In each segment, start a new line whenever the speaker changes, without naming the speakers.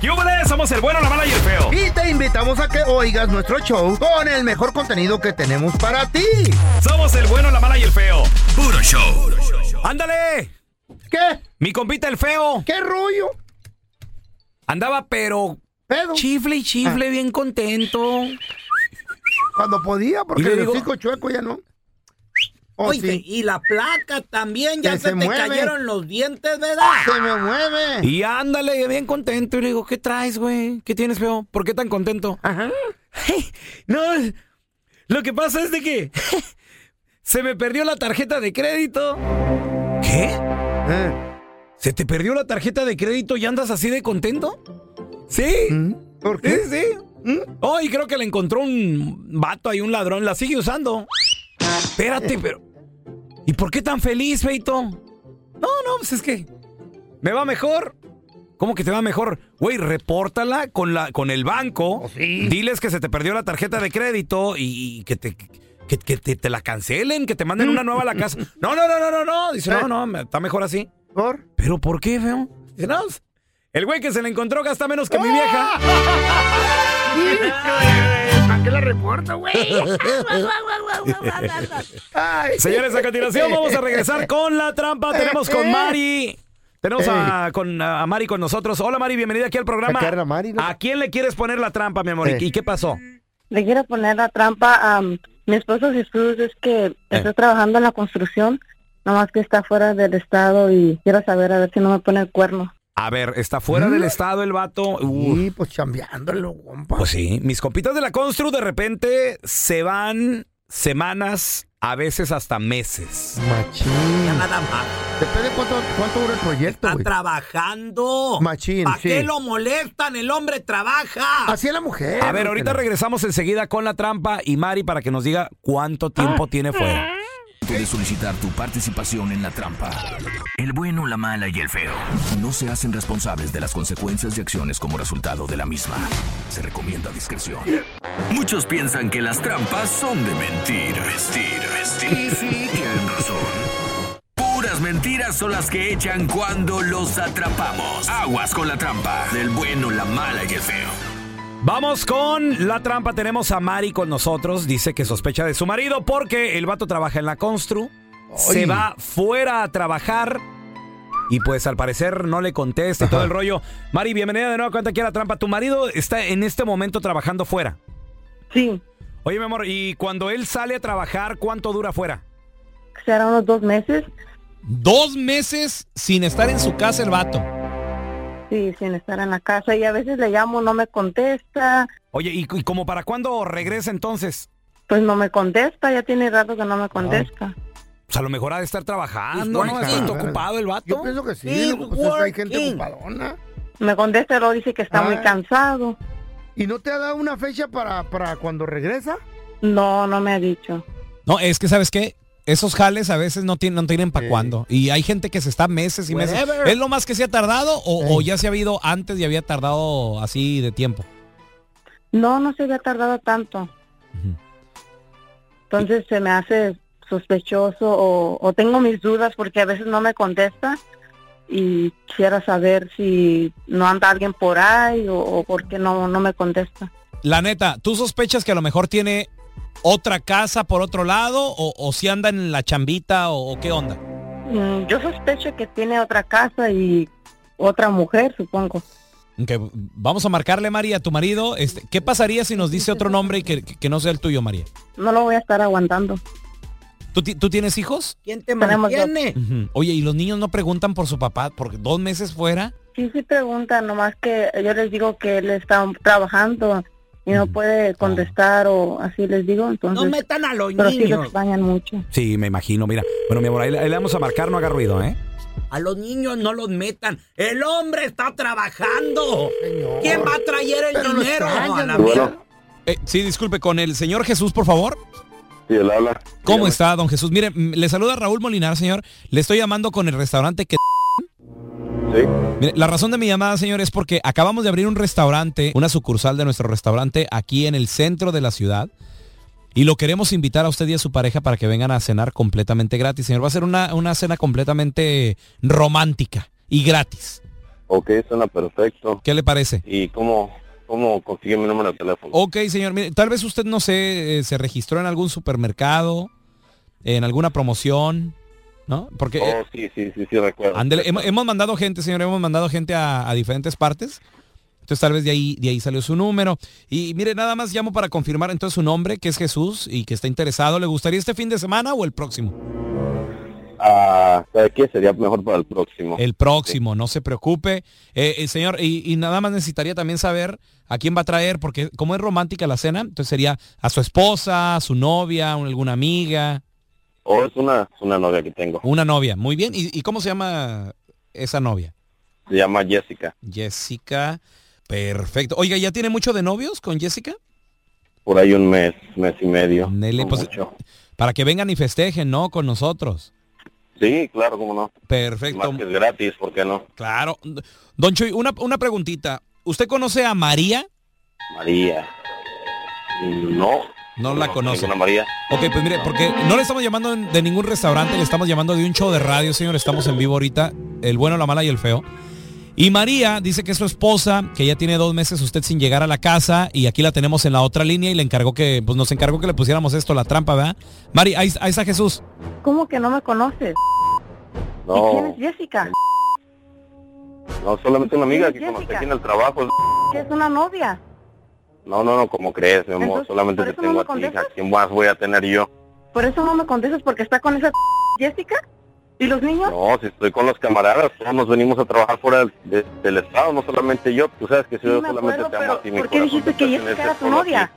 ¡Yúbales! Somos el bueno, la mala y el feo.
Y te invitamos a que oigas nuestro show con el mejor contenido que tenemos para ti.
Somos el bueno, la mala y el feo.
Puro show.
¡Ándale!
¿Qué?
Mi compita el feo
¿Qué rollo?
andaba pero
Pedo.
chifle y
Ah.
chifle, bien contento.
Cuando podía, porque
Y le
el
digo-
hocico chueco ya no. Oh,
Oye,
sí.
y la placa también, ya
Que
se,
se
te
mueve.
cayeron los dientes, ¿verdad?
Se me mueve.
Y ándale, bien contento. Y le digo, ¿qué traes, güey? ¿Qué tienes, feo? ¿Por qué tan contento?
Ajá.
No, lo que pasa es de que se me perdió la tarjeta de crédito. ¿Qué?
Eh,
¿Se te perdió la tarjeta de crédito y andas así de contento? Sí.
¿Por
Sí,
qué?
sí. ¿Eh? Oh, y creo que la encontró un vato ahí, un ladrón. La sigue usando. Espérate, pero. ¿Y por qué tan feliz, Feito? No, no, pues es que. Me va mejor. ¿Cómo que te va mejor? Güey, repórtala con, la, con el banco.
Oh, sí.
Diles que se te perdió la tarjeta de crédito y, y que te. Que, que te, te la cancelen, que te manden una nueva a la casa. No, no, no, no, no, no. Dice, no, no, me- está mejor así.
¿Por?
¿Pero por qué, feo? Eh. Dice, no, pues, ¡Ah! el güey que se la encontró gasta menos que mi vieja.
¿Para qué la reporta, güey? Ay,
Señores, a continuación vamos a regresar con la trampa. Tenemos con
Eh.
Mari. Tenemos a, con, a Mari con nosotros. Hola Mari, bienvenida aquí al programa.
Acá era Mari, ¿no?
¿A quién le quieres poner la trampa, mi amor? ¿Y-
Eh.
¿Y qué pasó?
Le quiero poner la trampa a mm, mi esposo Jesús, es que está trabajando en la construcción, nomás que está fuera del estado y quiero saber a ver si no me pone el cuerno.
A ver, está fuera
Mm.
del estado el vato. Uf.
Sí, pues chambeándolo, compa.
Pues sí, mis compitas de la Constru de repente se van semanas, a veces hasta meses.
Machín.
Ya nada más.
Depende cuánto, cuánto dura el proyecto,
Está
güey.
trabajando.
Machín,
¿Para
sí.
qué lo molestan? El hombre trabaja.
Así es la mujer.
A ver, ahorita
regresamos.
regresamos enseguida con la trampa y Mari para que nos diga cuánto
Ah.
tiempo tiene fuera.
Puedes solicitar tu participación en la trampa. El bueno, la mala y el feo no se hacen responsables de las consecuencias y acciones como resultado de la misma. Se recomienda discreción. Muchos piensan que las trampas son de mentir, vestir, vestir. Y sí, tienen razón. Puras mentiras son las que echan cuando los atrapamos. Aguas con la trampa del bueno, la mala y el feo.
Vamos con la trampa. Tenemos a Mari con nosotros. Dice que sospecha de su marido porque el vato trabaja en la constru. Se va fuera a trabajar. Y pues al parecer no le contesta y todo el rollo. Mari, bienvenida de nuevo. Cuenta aquí a la trampa. Tu marido está en este momento trabajando fuera.
Sí,
Oye, mi amor, y cuando él sale a trabajar, ¿cuánto dura fuera?
será unos dos meses,
Dos meses sin estar en su casa el vato.
sí, sin estar en la casa y a veces le llamo, no me contesta,
Oye, ¿y, y como para cuándo regresa entonces?
pues no me contesta, ya tiene rato que no me contesta.
Pues a lo mejor ha de estar trabajando,
Pues,
¿no?
bueno,
Está
claro.
ocupado el vato.
Yo pienso que sí,
Keep
loco, pues es- hay gente
working.
ocupadona.
Me contesta, luego dice que está muy
Ah.
cansado.
¿Y no te ha dado una fecha para, para cuando regresa?
No, no me ha dicho.
No, es que sabes qué, esos jales a veces no tienen, no tienen para
Sí.
cuándo. Y hay gente que se está meses y meses.
Whatever.
¿Es lo más que se ha tardado o,
Sí.
o ya se ha habido antes y había tardado así de tiempo?
No, no se había tardado tanto.
Ujú.
Entonces se me hace sospechoso o, o tengo mis dudas porque a veces no me contesta y quisiera saber si no anda alguien por ahí o, o por qué no, no me contesta.
La neta, ¿tú sospechas que a lo mejor tiene otra casa por otro lado o, o si anda en la chambita o, o qué onda?
Mm, Yo sospecho que tiene otra casa y otra mujer, supongo.
Ok, vamos a marcarle, María, a tu marido. Este, ¿Qué pasaría si nos dice otro nombre y que, que no sea el tuyo, María?
No lo voy a estar aguantando.
¿Tú, ti- tú tienes hijos?
¿Quién te
Tenemos dos.
mantiene?
Ujú. Oye, ¿y los niños no preguntan por su papá porque dos meses fuera?
Sí, sí preguntan, nomás que yo les digo que él está trabajando y no puede contestar o así les digo, entonces...
No metan a los
pero sí lo
niños.
extrañan mucho.
Sí, me imagino, mira. Bueno, mi amor, ahí, le- ahí le vamos a marcar, no haga ruido, ¿eh?
A los niños no los metan. El hombre está trabajando.
Señor.
¿Quién va a traer el
Pero lo
dinero?
extrañan,
a la
¿no?
mierda?
Pues Bueno,
Eh, sí, disculpe, con el señor Jesús, por favor.
sí, él habla.
¿Cómo está, don Jesús? Mire, mm, le saluda Raúl Molinar, señor. Le estoy llamando con el restaurante que...
Sí,
Mire, la razón de mi llamada, señor, es porque acabamos de abrir un restaurante, una sucursal de nuestro restaurante aquí en el centro de la ciudad. Y lo queremos invitar a usted y a su pareja para que vengan a cenar completamente gratis, señor. Va a ser una, una cena completamente romántica y gratis.
ok, suena perfecto.
¿Qué le parece?
¿Y cómo, cómo consigue mi número de teléfono? Oh,
Ok, señor. Mire, tal vez usted, no sé, eh, se registró en algún supermercado, en alguna promoción, ¿no? Porque... eh,
Oh, sí, sí, sí, sí, recuerdo.
Ándele, hemos, hemos mandado gente, señor, hemos mandado gente a, a diferentes partes. Entonces tal vez de ahí, de ahí salió su número. Y mire, nada más llamo para confirmar entonces su nombre, que es Jesús, y que está interesado. ¿Le gustaría este fin de semana o el próximo?
Ah, ¿sabe qué? Sería mejor para el próximo.
El próximo, no se preocupe. Eh, eh, señor, y, y nada más necesitaría también saber a quién va a traer, porque como es romántica la cena, entonces sería a su esposa, a su novia, un- alguna amiga,
Oh, es una, es una novia que tengo.
una novia. Muy bien. ¿Y, y cómo se llama esa novia?
Se llama Jessica.
Jessica. Perfecto. Oiga, ¿ya tiene mucho de novios con Jessica?
Por ahí un mes, mes y medio.
Nele,
no
pues-
mucho.
Para que vengan y festejen, ¿no? Con nosotros.
Sí, claro, cómo no.
Perfecto.
Más que es gratis, ¿por qué no?
Claro. Don Chuy, una, una preguntita. ¿Usted conoce a María?
María. No.
No la conoce.
ninguna María.
Ok, pues mire, porque no le estamos llamando de ningún restaurante, le estamos llamando de un show de radio, señor. Estamos en vivo ahorita. El bueno, la mala y el feo. Y María dice que es su esposa, que ya tiene dos meses usted sin llegar a la casa y aquí la tenemos en la otra línea y le encargó que, pues nos encargó que le pusiéramos esto, la trampa, ¿verdad? Mari, ahí, ahí está Jesús.
¿Cómo que no me conoces? ¿Y quién
No,
es Jessica?
no, solamente una amiga que
¿Quién es
conocí
Jessica?
aquí en el trabajo.
¿Que es una novia?
No, no, no, como crees, mi amor?
Entonces,
solamente
¿por
te
eso no
tengo
me
a ti, hija.
contestas?
¿Quién más voy a tener yo?
¿Por eso no me contestas porque está con esa Jessica? ¿Y los niños?
No, si estoy con los camaradas, todos nos venimos a trabajar fuera del, de- del estado, no solamente yo. Tú sabes que si
Sí,
yo
me
solamente
acuerdo,
te amo a
pero
ti, mi
¿por qué
corazón,
dijiste
estás
que
en
Jessica
ese
era tu
solo a ti.
novia?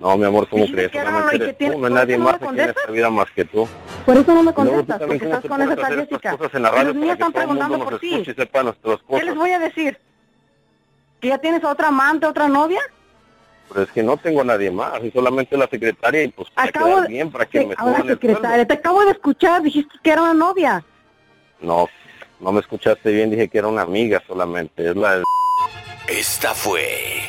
No, mi amor, ¿cómo
Dijiste
crees?
que era
Solamente
y que
eres
tiene-
tú, no hay
¿por qué
nadie
no
más
me
aquí en esta
contestas?
vida más que tú.
Por eso no me
Y luego tú
contestas
también
porque
cómo
estás
te
con esa
pones a
tal
hacer estas
Jessica.
cosas en la
Y
radio
los niños
para
están
que todo el mundo
preguntando
nos
por
escuche y
ti.
sepa nuestras
¿Qué
cosas.
les voy a decir? ¿Que ya tienes a otra amante, otra novia?
Pero es que no tengo a nadie más, y solamente la secretaria y pues para
Acabo
quedar
de-
bien, para que
Sí,
me
ahora
suban el
secretaria,
sueldo.
te acabo de escuchar, dijiste que era una novia.
No, no me escuchaste bien, dije que era una amiga solamente, es la
Esta fue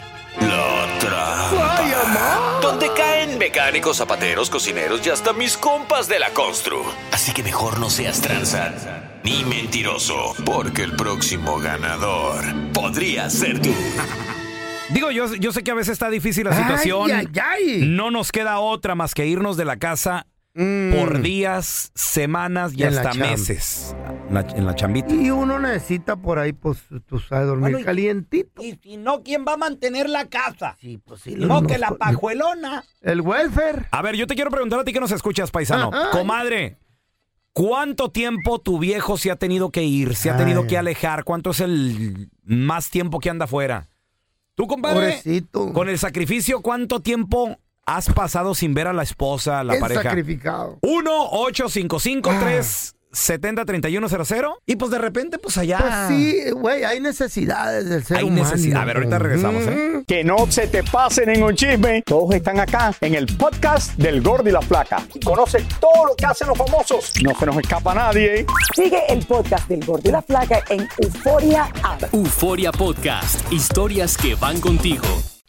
la trampa. Donde caen mecánicos, zapateros, cocineros y hasta mis compas de la constru. Así que mejor no seas tranza ni mentiroso, porque el próximo ganador podría ser tú.
Digo, yo, yo sé que a veces está difícil la situación.
Ay, ay, ay.
No nos queda otra más que irnos de la casa
Mm.
por días, semanas y
En la
hasta
chamba.
meses. La- en la chambita.
Y uno necesita por ahí, pues, tú sabes, dormir
Bueno, y-
calientito.
Y si no, ¿quién va a mantener la casa?
Sí, pues sí.
No,
no,
que la
pues,
pajuelona.
El welfare.
A ver, yo te quiero preguntar a ti que nos escuchas, paisano.
Ah,
Ajá.
Comadre, ¿cuánto tiempo tu viejo se ha tenido que ir? ¿Se ha tenido
Ay.
que alejar? ¿Cuánto es el más tiempo que anda afuera? Tú, compadre,
Pobrecito.
con el sacrificio, ¿cuánto tiempo has pasado sin ver a la esposa, a la
Bien
pareja?
sacrificado. Ah.
1-855-370-3100. Y pues de repente, pues allá.
Pues
Ah.
sí, güey, hay necesidades del ser
Hay
humano.
necesidad. A ver, ahorita regresamos, ¿eh?
Que no se te pasen en un chisme. Todos están acá en el podcast del Gordi y la Flaca. Y conoce todo lo que hacen los famosos. No se nos escapa nadie.
Sigue el podcast del Gordo y la Flaca en Euforia App.
Euforia Podcast, historias que van contigo.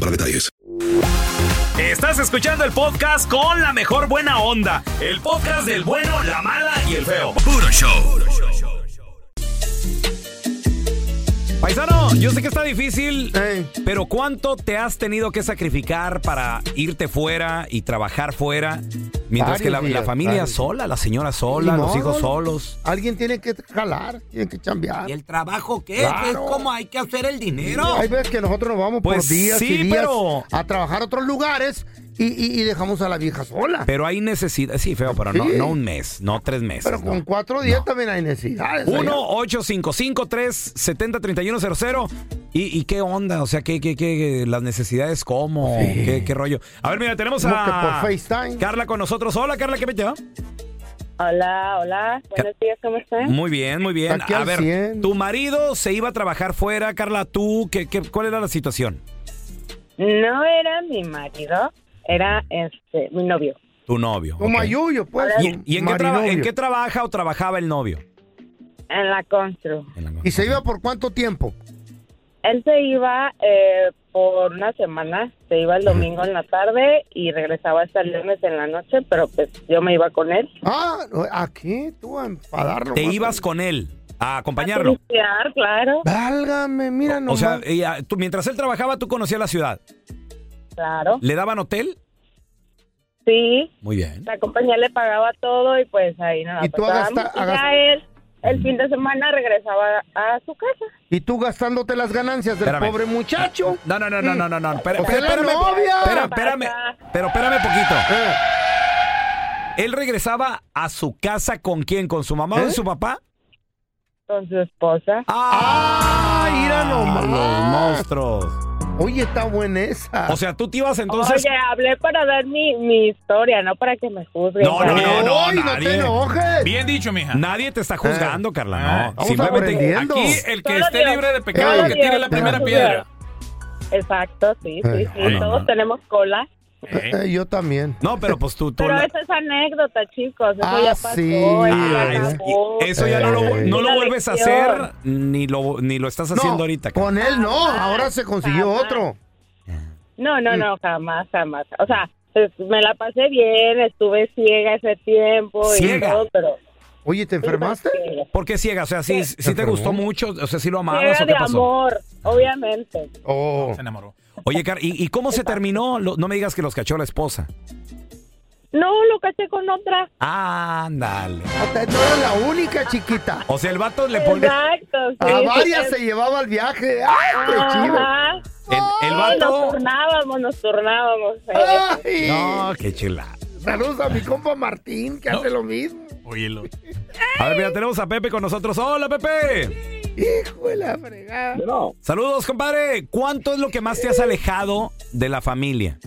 para detalles.
Estás escuchando el podcast con la mejor buena onda. El podcast del bueno, la mala y el feo.
Puro show.
Paisano, yo sé que está difícil, pero ¿cuánto te has tenido que sacrificar para irte fuera y trabajar fuera? Mientras que la,
Varios
la
días,
familia
varios
sola, la señora sola,
Ni
los
modo.
hijos solos.
Alguien tiene que jalar, tiene que chambear.
¿Y el trabajo qué?
Claro.
Es como hay que hacer el dinero.
Hay veces que nosotros nos vamos
Pues
por días
sí,
y días
pero-
a trabajar a otros lugares y, y- y dejamos a la vieja sola.
Pero hay necesidad, sí, feo, pero no,
Sí.
no un mes, no tres meses.
Pero con cuatro días también hay necesidades. ¿eh?
1-855-370-3100. ¿Y, y qué onda? O sea, ¿qué, qué, qué, las necesidades cómo?
Sí.
¿Qué, qué rollo? A ver, mira, tenemos
Como
a
que por FaceTime.
Carla con nosotros. Hola, Carla, ¿qué peteo?
Hola, hola. Buenos días, ¿cómo están?
Muy bien, muy bien.
Aquí
A
al
ver, tu marido se iba a trabajar fuera, Carla, tú, ¿qué, qué, ¿cuál era la situación?
No era mi marido, era este mi novio.
Tu novio.
Como
ok.
a Yuyo, pues,
¿Y, y en, qué traba-
marinovio.
en qué trabaja o trabajaba el novio?
En la constru.
¿Y se iba por cuánto tiempo?
Él se iba eh, por una semana, se iba el domingo en la tarde y regresaba hasta el lunes en la noche, pero pues yo me iba con él.
Ah, aquí tú a enfadarlo.
Te
más.
ibas con él a acompañarlo.
Ah, Turistear, claro.
Válgame, mira
O
nomás.
sea, eh, ella- tú, mientras él trabajaba, tú conocías la ciudad.
Claro.
¿Le daban hotel?
Sí,
Muy bien.
la compañía le pagaba todo y pues ahí nada.
Y tú agasta- agasta-
ya él el fin de semana regresaba a su casa.
y tú gastándote las ganancias del
Espérame.
pobre muchacho.
No, no, no, no, no, no, no. Espera-
O sea, la
espérame,
novia.
espera- espérame, pero espérame poquito.
Eh,
Él regresaba a su casa con quién, con su mamá o
¿Eh?
su papá.
Con su esposa.
¡Ah!
¡Mira nomás!
Los monstruos.
Oye, está buena esa.
O sea, tú te ibas entonces.
Oye, hablé para dar mi, mi historia, no para que me juzguen.
No, no, no, no,
¡Ay, Eh, no te
nadie.
enojes!
Bien dicho, mija. Nadie te está juzgando, Carla, no.
Eh. vamos
Simplemente
aprendiendo.
aquí
el que esté libre de
pecado, que tire la primera piedra.
Exacto, sí, sí, sí.
no, no,
todos
no.
tenemos cola.
Eh, yo también.
No, pero pues tú, tú
Pero
la-
esa es anécdota, chicos. Eso
Ah,
ya pasó.
sí.
eso ya
Ay,
acabó.
eso ya no lo,
Eh.
no lo
Una
vuelves a
lección.
hacer ni lo ni lo estás haciendo ahorita. Carla.
Con él no, ahora se consiguió otro.
No, no,
Mm.
no, jamás, jamás. O sea, pues, me la pasé bien, estuve ciega ese tiempo
¿Ciega?
y todo, pero
Oye, ¿te enfermaste?
¿Por qué ciega? O sea, si, si te gustó mucho, o sea, si lo amabas
ciega
o qué
de
pasó.
amor, obviamente.
Oh.
Se enamoró. Oye, Car, ¿y, y cómo se terminó? Lo- no me digas que los cachó la esposa.
No, lo caché con otra.
Ándale.
No era la única, chiquita.
O sea, el vato le pone.
Exacto. sí,
A
sí,
varias
sí.
se llevaba al viaje. ¡Ay, qué chido!
Ajá.
El, el
Ay,
vato.
Nos turnábamos, nos turnábamos. eh.
Ay.
No, qué chila.
Saludos a mi compa Martín, que hace lo mismo.
Óyelo. A ver, mira, tenemos a Pepe con nosotros. ¡Hola, Pepe!
Hijo de la fregada.
Saludos, compadre. ¿Cuánto es lo que más te has alejado de la familia?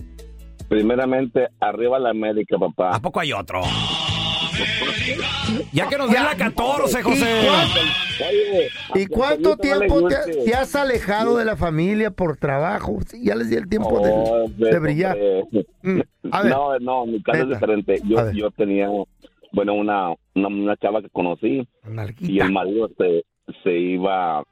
Primeramente, arriba la América, papá. ¿A
poco hay otro? Ya que nos den la 14, José.
¿Y cuánto, ¿Y cuánto tiempo te, te has alejado de la familia por trabajo? Sí, ya les di el tiempo de-
Oh,
pues, de,
Beto,
brillar.
eh,
Mm, a ver.
No, no, mi caso es
Neta.
diferente. Yo,
A ver.
yo tenía, bueno, una, una, una chava que conocí y el marido se, se iba,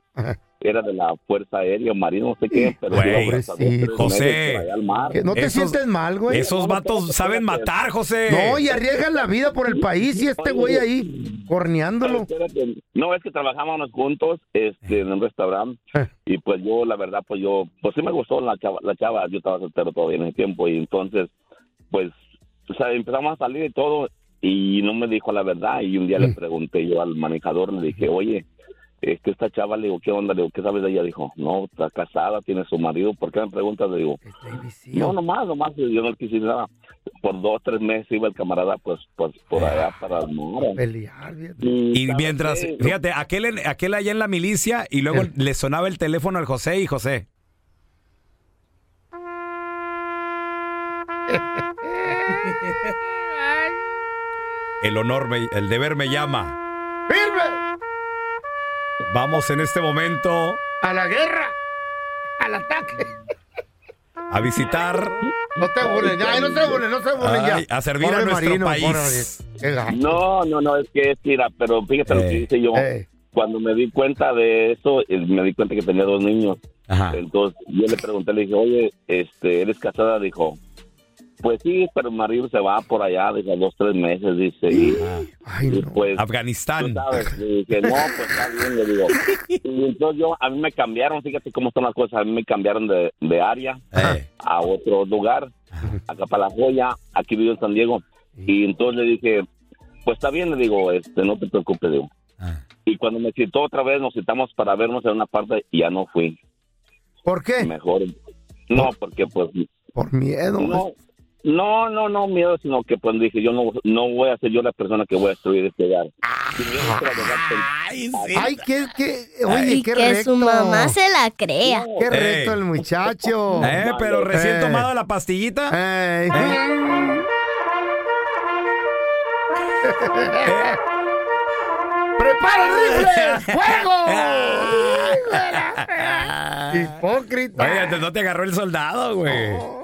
era de la Fuerza Aérea, marido, no sé qué, pero
Güey,
se iba hasta dos, tres meses por
José.
allá al mar.
Que no te sientes mal, güey.
Esos vatos saben matar, José.
No, y arriesgan la vida por el país y este güey ahí corneándolo.
No, es que trabajábamos juntos este, en un restaurante y pues yo, la verdad, pues yo, pues sí me gustó la chava, la chava yo estaba soltero todavía en ese tiempo y entonces, pues, o sea, empezamos a salir y todo y no me dijo la verdad y un día le pregunté yo al manejador, le dije, oye, es que esta chava, le digo, ¿qué onda? Le digo, ¿qué sabes de ella? Dijo, no, está casada, tiene su marido, ¿por qué me preguntas? Le digo, no, nomás, nomás, yo no quise nada. Por dos, tres meses iba el camarada, pues, pues
Eh.
por allá para el mar.
Y mientras, fíjate, aquel, en- aquel allá en la milicia y luego le sonaba el teléfono al José y José. El honor, me- el deber me llama.
¡Firme!
Vamos en este momento
¡A la guerra! ¡Al ataque!
a visitar,
No te burles, ya, ay, no te burles, no te burles ya.
Ay, a servir a
Pobre
nuestro
Marino,
país.
pobre Marino.
No, no, no, es que es tira, pero fíjate lo
eh,
que hice yo. Cuando me di cuenta de eso, eh, me di cuenta que tenía dos niños. Entonces yo le pregunté, le dije, oye, este, ¿eres casada? Dijo, pues sí, pero el marido se va por allá, dice, a dos, tres meses, dice. Y, y pues,
Afganistán.
tú sabes, le dije, no, pues está bien, le digo. Y entonces yo, a mí me cambiaron, fíjate cómo son las cosas, a mí me cambiaron de, de área
Eh.
a otro lugar, acá para La Joya, aquí vivo en San Diego. Y entonces le dije, pues está bien, le digo, este, no te preocupes, digo. Y cuando me citó otra vez, nos citamos para vernos en una parte y ya no fui.
¿Por qué?
Mejor. No, porque pues...
Por miedo.
No, no, no, no miedo, sino que pues dije, yo no, no voy a ser yo la persona que voy a destruir este hogar.
Ay, qué, qué, oye,
Y
qué
que
recto.
su mamá se la crea.
Qué recto el muchacho.
Eh, pero recién
Eh.
tomada la pastillita.
¡Prepara el rifle! ¡Fuego! Eh. Hipócrita.
Oye, no te agarró el soldado, güey.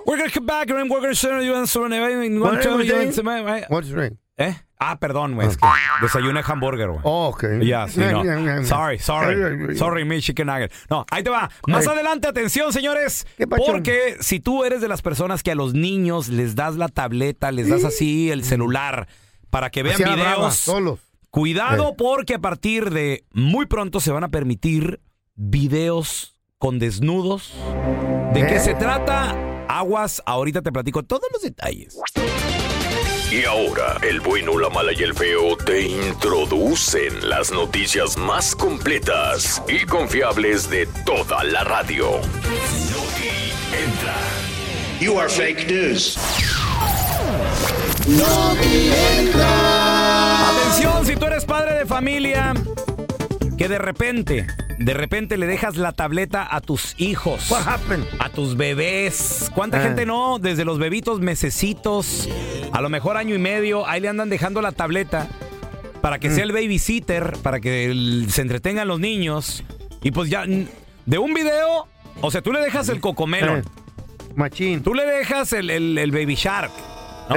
We're gonna come back and we're gonna show you and show you and
What
show
are you
you and
doing? What's your name?
¿Eh? Ah, perdón, güey. es que desayuné hamburger, güey.
Oh, ok.
Ya, sí,
Yeah, yeah, yeah.
no. Sorry,
Yeah, yeah, yeah.
sorry. Sorry, mi chicken nugget. No, ahí te va. Más
Ay.
adelante, atención, señores.
pacho?
Porque si tú eres de las personas que a los niños les das la tableta, les das así el celular para que vean
Así a la brava,
videos.
solos.
Cuidado porque a partir de muy pronto se van a permitir videos con desnudos. ¿De qué se trata? Aguas, ahorita te platico todos los detalles.
Y ahora, el bueno, la mala y el feo te introducen las noticias más completas y confiables de toda la radio.
You are fake news.
Atención, si tú eres padre de familia, que de repente, de repente le dejas la tableta a tus hijos. A tus bebés. ¿Cuánta
Ah.
gente no? Desde los bebitos, mesecitos, a lo mejor año y medio, ahí le andan dejando la tableta para
Mm.
que sea el babysitter, para que el- se entretengan los niños. Y pues ya, n- de un video, o sea, tú le dejas el cocomelon.
Eh, Machín.
Tú le dejas el, el- el baby shark. ¿no?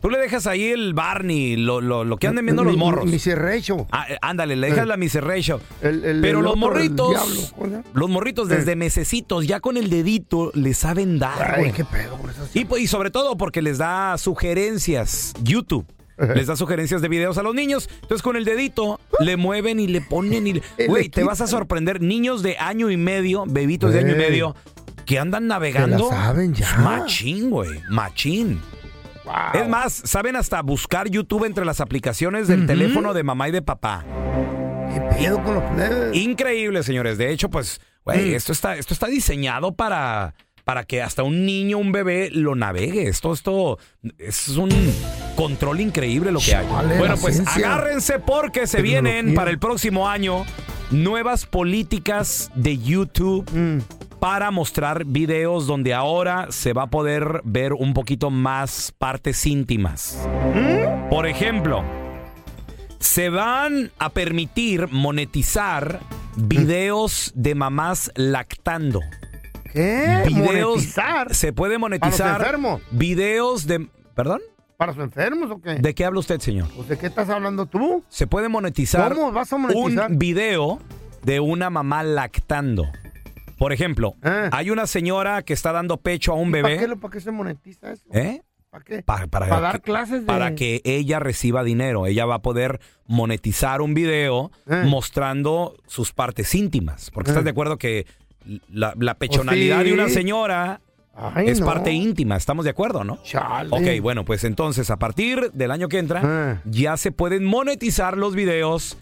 Tú le dejas ahí el Barney, lo, lo- lo que anden viendo los
Mi-
morros.
Mi cerrecho.
Ah, eh, ándale, le dejas
Eh.
la miserratio.
El- el-
Pero
el
los
otro, el
morritos,
diablo, ¿verdad?
los morritos desde mesecitos, ya con el dedito, le saben dar.
Ay,
güey.
qué pedo con esas-
y, pues, y sobre todo porque les da sugerencias, YouTube. Les da sugerencias de videos a los niños. Entonces con el dedito le mueven y le ponen y... le-
le
Güey, te
quitan.
vas a sorprender. Niños de año y medio, bebitos de año y
Güey.
medio, que andan navegando.
Se la saben ya.
Machín, güey. Machín. Es más, saben hasta buscar YouTube entre las aplicaciones del teléfono de mamá y de papá. Increíble, señores. De hecho, pues, güey,
Mm.
esto está, esto está diseñado para, para que hasta un niño, un bebé, lo navegue. Esto, esto es un control increíble lo que hay.
Chale,
bueno,
la
pues
ciencia.
agárrense porque se
Tecnología.
vienen para el próximo año nuevas políticas de YouTube.
Mm.
Para mostrar videos donde ahora se va a
¿Mm?
poder ver un poquito más partes íntimas. Por ejemplo, se van a permitir monetizar
Mm.
videos de mamás lactando.
¿Qué?
Videos,
¿Eh? ¿Monetizar?
Se puede monetizar.
¿Para los enfermos?
Videos de. ¿Perdón?
¿Para los enfermos o qué?
¿De qué habla usted, señor?
Pues, ¿De qué estás hablando tú?
Se puede monetizar.
¿Cómo vas a monetizar?
Un video de una mamá lactando. Por ejemplo, hay una señora que está dando pecho a un
¿Para
bebé.
Ah. qué, lo- para qué se monetiza eso?
¿Eh?
¿Para qué?
Pa- para,
Para dar
que,
clases de-
para que ella reciba dinero. Ella va a poder monetizar un video
Ah.
mostrando sus partes íntimas. Porque estás de acuerdo que la, la pechonalidad
Oh, sí.
de una señora
Ay,
es
no.
parte íntima. Estamos de acuerdo, ¿no? Ok, bueno, pues entonces a partir del año que
Ah.
entra ya se pueden monetizar los videos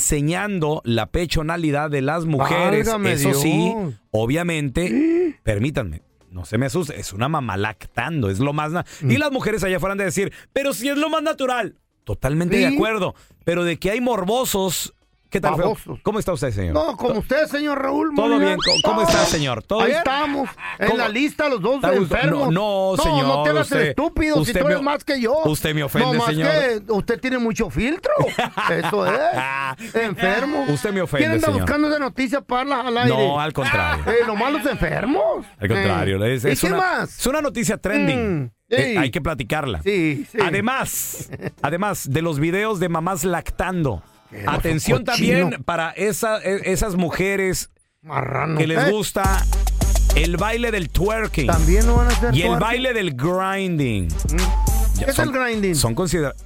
enseñando la pechonalidad de las mujeres.
Válgame
Eso sí,
Dios.
obviamente, permítanme. No se me asuste, es una mamá lactando, es lo más... na-
Mm.
Y las mujeres allá fueran de decir, pero si es lo más natural. Totalmente de
Sí.
acuerdo, pero de que hay morbosos... ¿Qué tal? feo?
Babosos.
¿Cómo está usted, señor?
No, como usted, señor Raúl.
Todo
Molina.
bien, ¿cómo- cómo está, señor? ¿Todo
Ahí
bien?
estamos, en
¿Cómo?
la lista los dos
¿Está
de
gusto?
enfermos.
No, no, señor,
No, te hagas el
usted-
estúpido, si
usted
tú
me-
eres más que yo.
usted me ofende,
no, más
señor.
que usted tiene mucho filtro. Eso es. enfermo.
Usted me ofende,
¿Quién anda
señor.
buscando de noticias para darlas al aire?
No, al contrario.
Eh, nomás los enfermos.
Al contrario,
Eh.
es,
¿Y
es
qué
una,
más?
es una noticia trending.
Mm,
Eh,
sí.
hay que platicarla.
Sí, sí.
Además, además de los videos de mamás lactando. Atención
cochino.
también para esa- e- esas mujeres
Marrano.
que les
Eh.
gusta el baile del twerking.
También lo van a hacer.
Y el
twerking. Mm.
baile del grinding. Ya
¿Qué es el grinding? Oh,
Son considerados.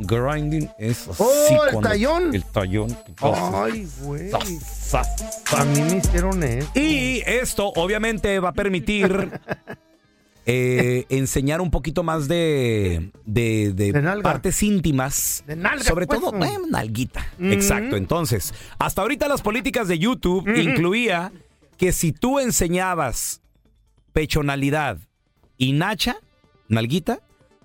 Grinding es así.
el
cuando-
tallón.
El tallón.
Ay, güey.
Sa- sa-
A mí me hicieron eso.
y esto obviamente va a permitir eh, enseñar un poquito más de, de, de partes íntimas.
De nalga,
sobre
pues.
todo, eh, nalguita.
Mm.
Exacto. Entonces, hasta ahorita las políticas de YouTube incluía que si tú enseñabas pechonalidad y nacha, nalguita,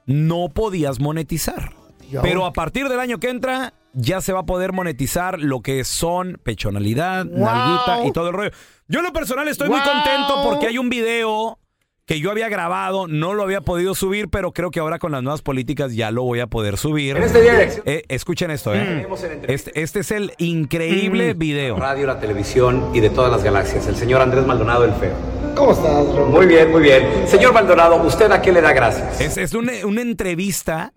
no podías monetizar.
¿Y ahora?
Pero a partir del año que entra, ya se va a poder monetizar lo que son pechonalidad,
Wow.
nalguita y todo el rollo. Yo en lo personal estoy muy
Wow.
contento porque hay un video que yo había grabado, no lo había podido subir, pero creo que ahora con las nuevas políticas ya lo voy a poder subir.
En este día de elección-
Eh, escuchen esto, ¿eh? Este, este es el increíble video.
radio, Hmm. la televisión y de todas las galaxias. El señor Andrés Maldonado el Feo.
¿Cómo estás,
Muy bien, muy bien. Señor Maldonado, ¿usted a qué le da gracias?
Es, es una, una entrevista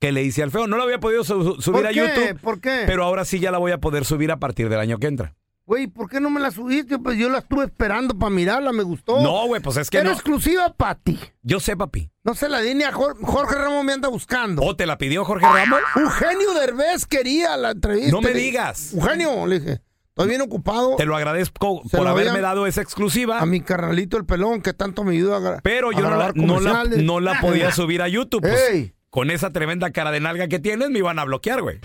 que le hice al Feo. No la había podido su- su- subir
¿Por
a
qué?
YouTube.
¿Por qué?
Pero ahora sí ya la voy a poder subir a partir del año que entra.
Güey, ¿por qué no me la subiste? Pues yo la estuve esperando para mirarla, me gustó.
No, güey, pues es que
Era
no.
exclusiva para ti.
Yo sé, papi.
No se la di ni a Jor- Jorge, Ramos, me anda buscando.
¿O te la pidió Jorge Ramos?
Eugenio Derbez quería la entrevista.
No me
Le-
digas.
Eugenio, le dije, estoy bien ocupado.
Te lo agradezco
Se
por
lo
haberme
habían-
dado esa exclusiva.
A mi carnalito el pelón, que tanto me ayuda a gra-
Pero
a
yo no la,
grabar
no la-
comerciales.
no la podía subir a YouTube. pues,
Ey.
con esa tremenda cara de nalga que tienes, me iban a bloquear, güey.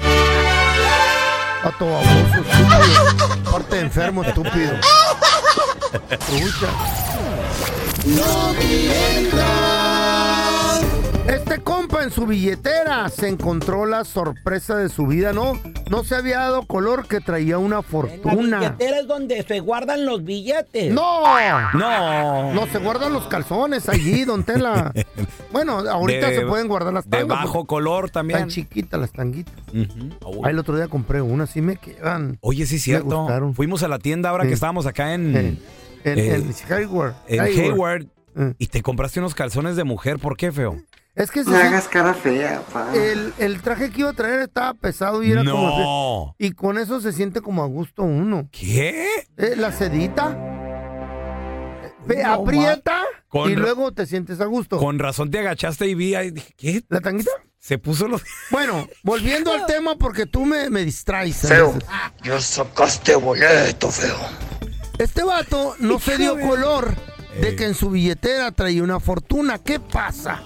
Pato baboso, estúpido. Parte de enfermo, estúpido. Este compa en su billetera se encontró la sorpresa de su vida, ¿no? No se había dado color que traía una
La
fortuna.
billetera es donde se guardan los billetes.
¡No!
¡No!
No, se guardan los calzones allí, don Tela. Bueno, ahorita
De-
se pueden guardar las
De
tangas.
bajo color también.
Tan chiquitas las tanguitas.
Ujú.
Ah, el otro día compré una, sí me quedan.
Oye, sí, es
Me
cierto.
gustaron.
Fuimos a la tienda ahora
Sí.
que estábamos acá en.
Sí. Ah. En,
eh,
en Hayward.
en
Hayward.
Hayward. Y te compraste unos calzones de mujer. ¿Por qué, feo?
Es que se-
cara fea, pa.
el, el traje que iba a traer estaba pesado y era
No.
como... Y con eso se siente como a gusto uno.
¿Qué?
Eh, la sedita. Ve,
No,
aprieta
Con
y
ra-
luego te sientes a gusto.
Con razón te agachaste y vi ahí. Dije, ¿qué?
¿La tanguita?
Se puso los.
Bueno, volviendo al tema porque tú me, me distraes. ¿eh? a
Feo.
veces.
Yo sacaste boleto, feo.
Este vato no se dio color de que en su billetera traía una fortuna. ¿Qué pasa?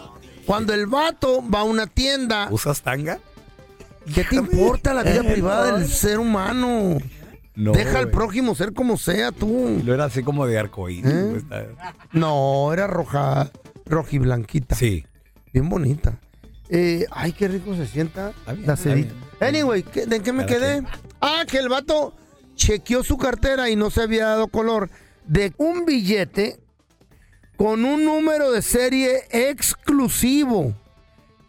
Cuando el vato va a una tienda,
¿Usas tanga?
¿qué te importa la vida
Eh,
privada
no.
del ser humano?
No,
Deja al
güey.
prójimo ser como sea tú.
Lo era así como de arcoíris.
¿Eh?
pues, está-
No, era roja, rojiblanquita.
Sí.
Bien bonita. Eh, ay, qué rico se sienta la
está
sedita. Anyway, ¿qué- ¿de qué me
Cada
quedé? Ah, que el vato chequeó su cartera y no se había dado color de un billete con un número de serie exclusivo.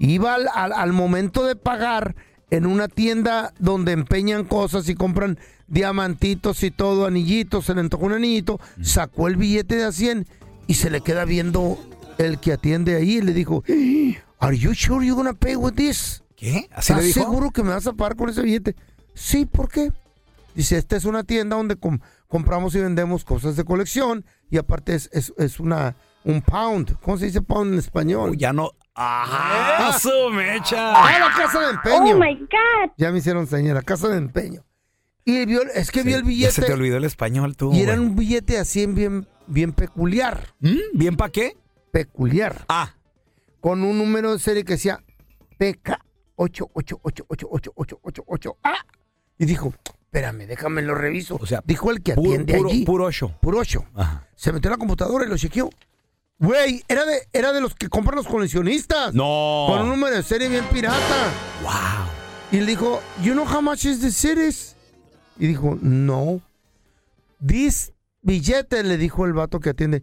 Iba al, al- al momento de pagar, en una tienda donde empeñan cosas y compran diamantitos y todo, anillitos, se le antojó un anillito, sacó el billete de a 100 y se le queda viendo el que atiende ahí y le dijo, ¿Are you sure you're gonna pay with this?
¿Qué? ¿Así
¿Estás
le dijo?
seguro que me vas a pagar con ese billete? Sí, ¿por qué? Dice, esta es una tienda donde com- compramos y vendemos cosas de colección y aparte es, es- es una un pound. ¿Cómo se dice pound en español?
ya no...
¿Eh?
¡Ajá! ¡Su mecha!
¡Ah, la casa de empeño!
Oh, my
God! Ya me hicieron señal, la casa de empeño. Y vio, es que vio el
Ya se te
billete
olvidó el español, tú.
y era
güey. ¿Mm?
un billete así bien, bien peculiar.
¿Bien para qué?
Peculiar.
Ah.
Con un número de serie que decía PK 888888888 a ah, Y dijo, espérame, déjame lo reviso. O sea, dijo el que
Puro-
atiende
puro-
allí.
puro ocho.
Puro ocho. Se metió a la computadora y lo chequeó. Güey, era de, era de los que compran los coleccionistas.
No.
Con un número de serie bien pirata. Wow. Y le dijo, you know how much is the series? Y dijo, no. This billete, le dijo el vato que atiende.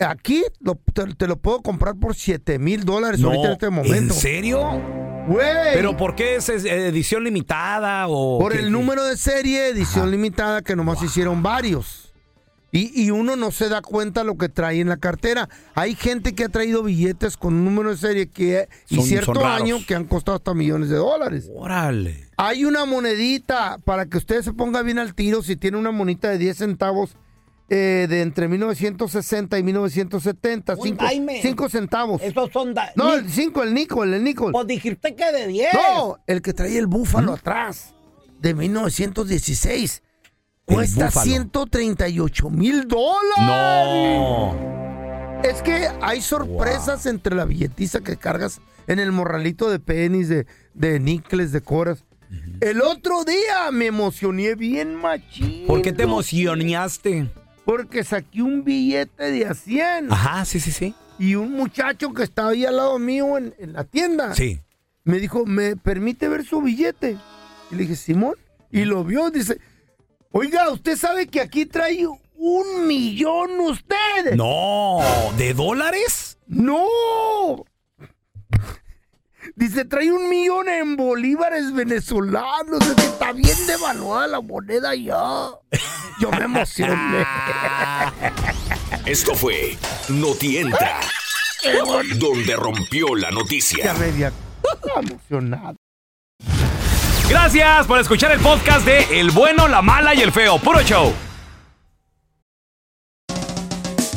Aquí lo- te, te lo puedo comprar por 7 mil dólares
No,
ahorita en este momento.
¿En serio?
Güey.
¿Pero por qué es es, eh, edición limitada o...?
Por
qué-
el número de serie, edición limitada, que nomás hicieron varios. Y, y uno no se da cuenta lo que trae en la cartera. Hay gente que ha traído billetes con un número de serie que, y
Son-
cierto
son raros.
año que han costado hasta millones de dólares.
Órale.
Hay una monedita para que usted se ponga bien al tiro si tiene una monedita de 10 centavos eh, de entre 1960 y 1970.
Un
5
daime.
centavos.
Esos son... da-
No, el 5, el níquel, el níquel.
Pues dijiste que de ¿Mm? 10.
No, el que traía el búfalo atrás, de 1916. Cuesta
búfalo.
138 mil dólares.
No.
Es que hay sorpresas entre la billetiza que cargas en el morralito de penis, de, de níqueles, de coras. El otro día me emocioné bien machín.
¿Por qué te emocionaste?
Porque saqué un billete de a 100.
Ajá, sí, sí, sí.
Y un muchacho que estaba ahí al lado mío en, en la tienda.
Sí.
Me dijo, ¿me permite ver su billete? Y le dije, Simón. Y lo vio, dice, oiga, ¿usted sabe que aquí trae un millón usted?
No. ¿De dólares?
No. Dice, trae un millón en bolívares venezolanos. Es que está bien devaluada la moneda ya. Yo me emocioné.
Ah,
Esto fue Noti Entra, donde rompió la
Ya
noticia.
me había emocionado.
Gracias por escuchar el podcast de El Bueno, La Mala y El Feo. Puro show.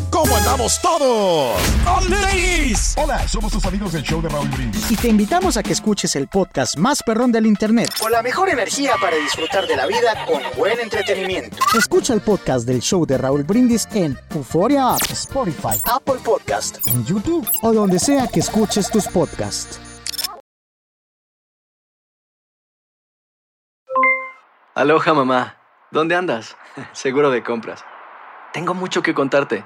¿Cómo andamos todos? Hola, somos tus amigos del show de Raúl Brindis.
Y te invitamos a que escuches el podcast más perrón del internet.
Con la mejor energía para disfrutar de la vida con buen entretenimiento.
Escucha el podcast del show de Raúl Brindis en Euforia App, Spotify,
Apple Podcast.
en YouTube o donde sea que escuches tus podcasts.
Aloha mamá, ¿dónde andas? Seguro de compras. Tengo mucho que contarte.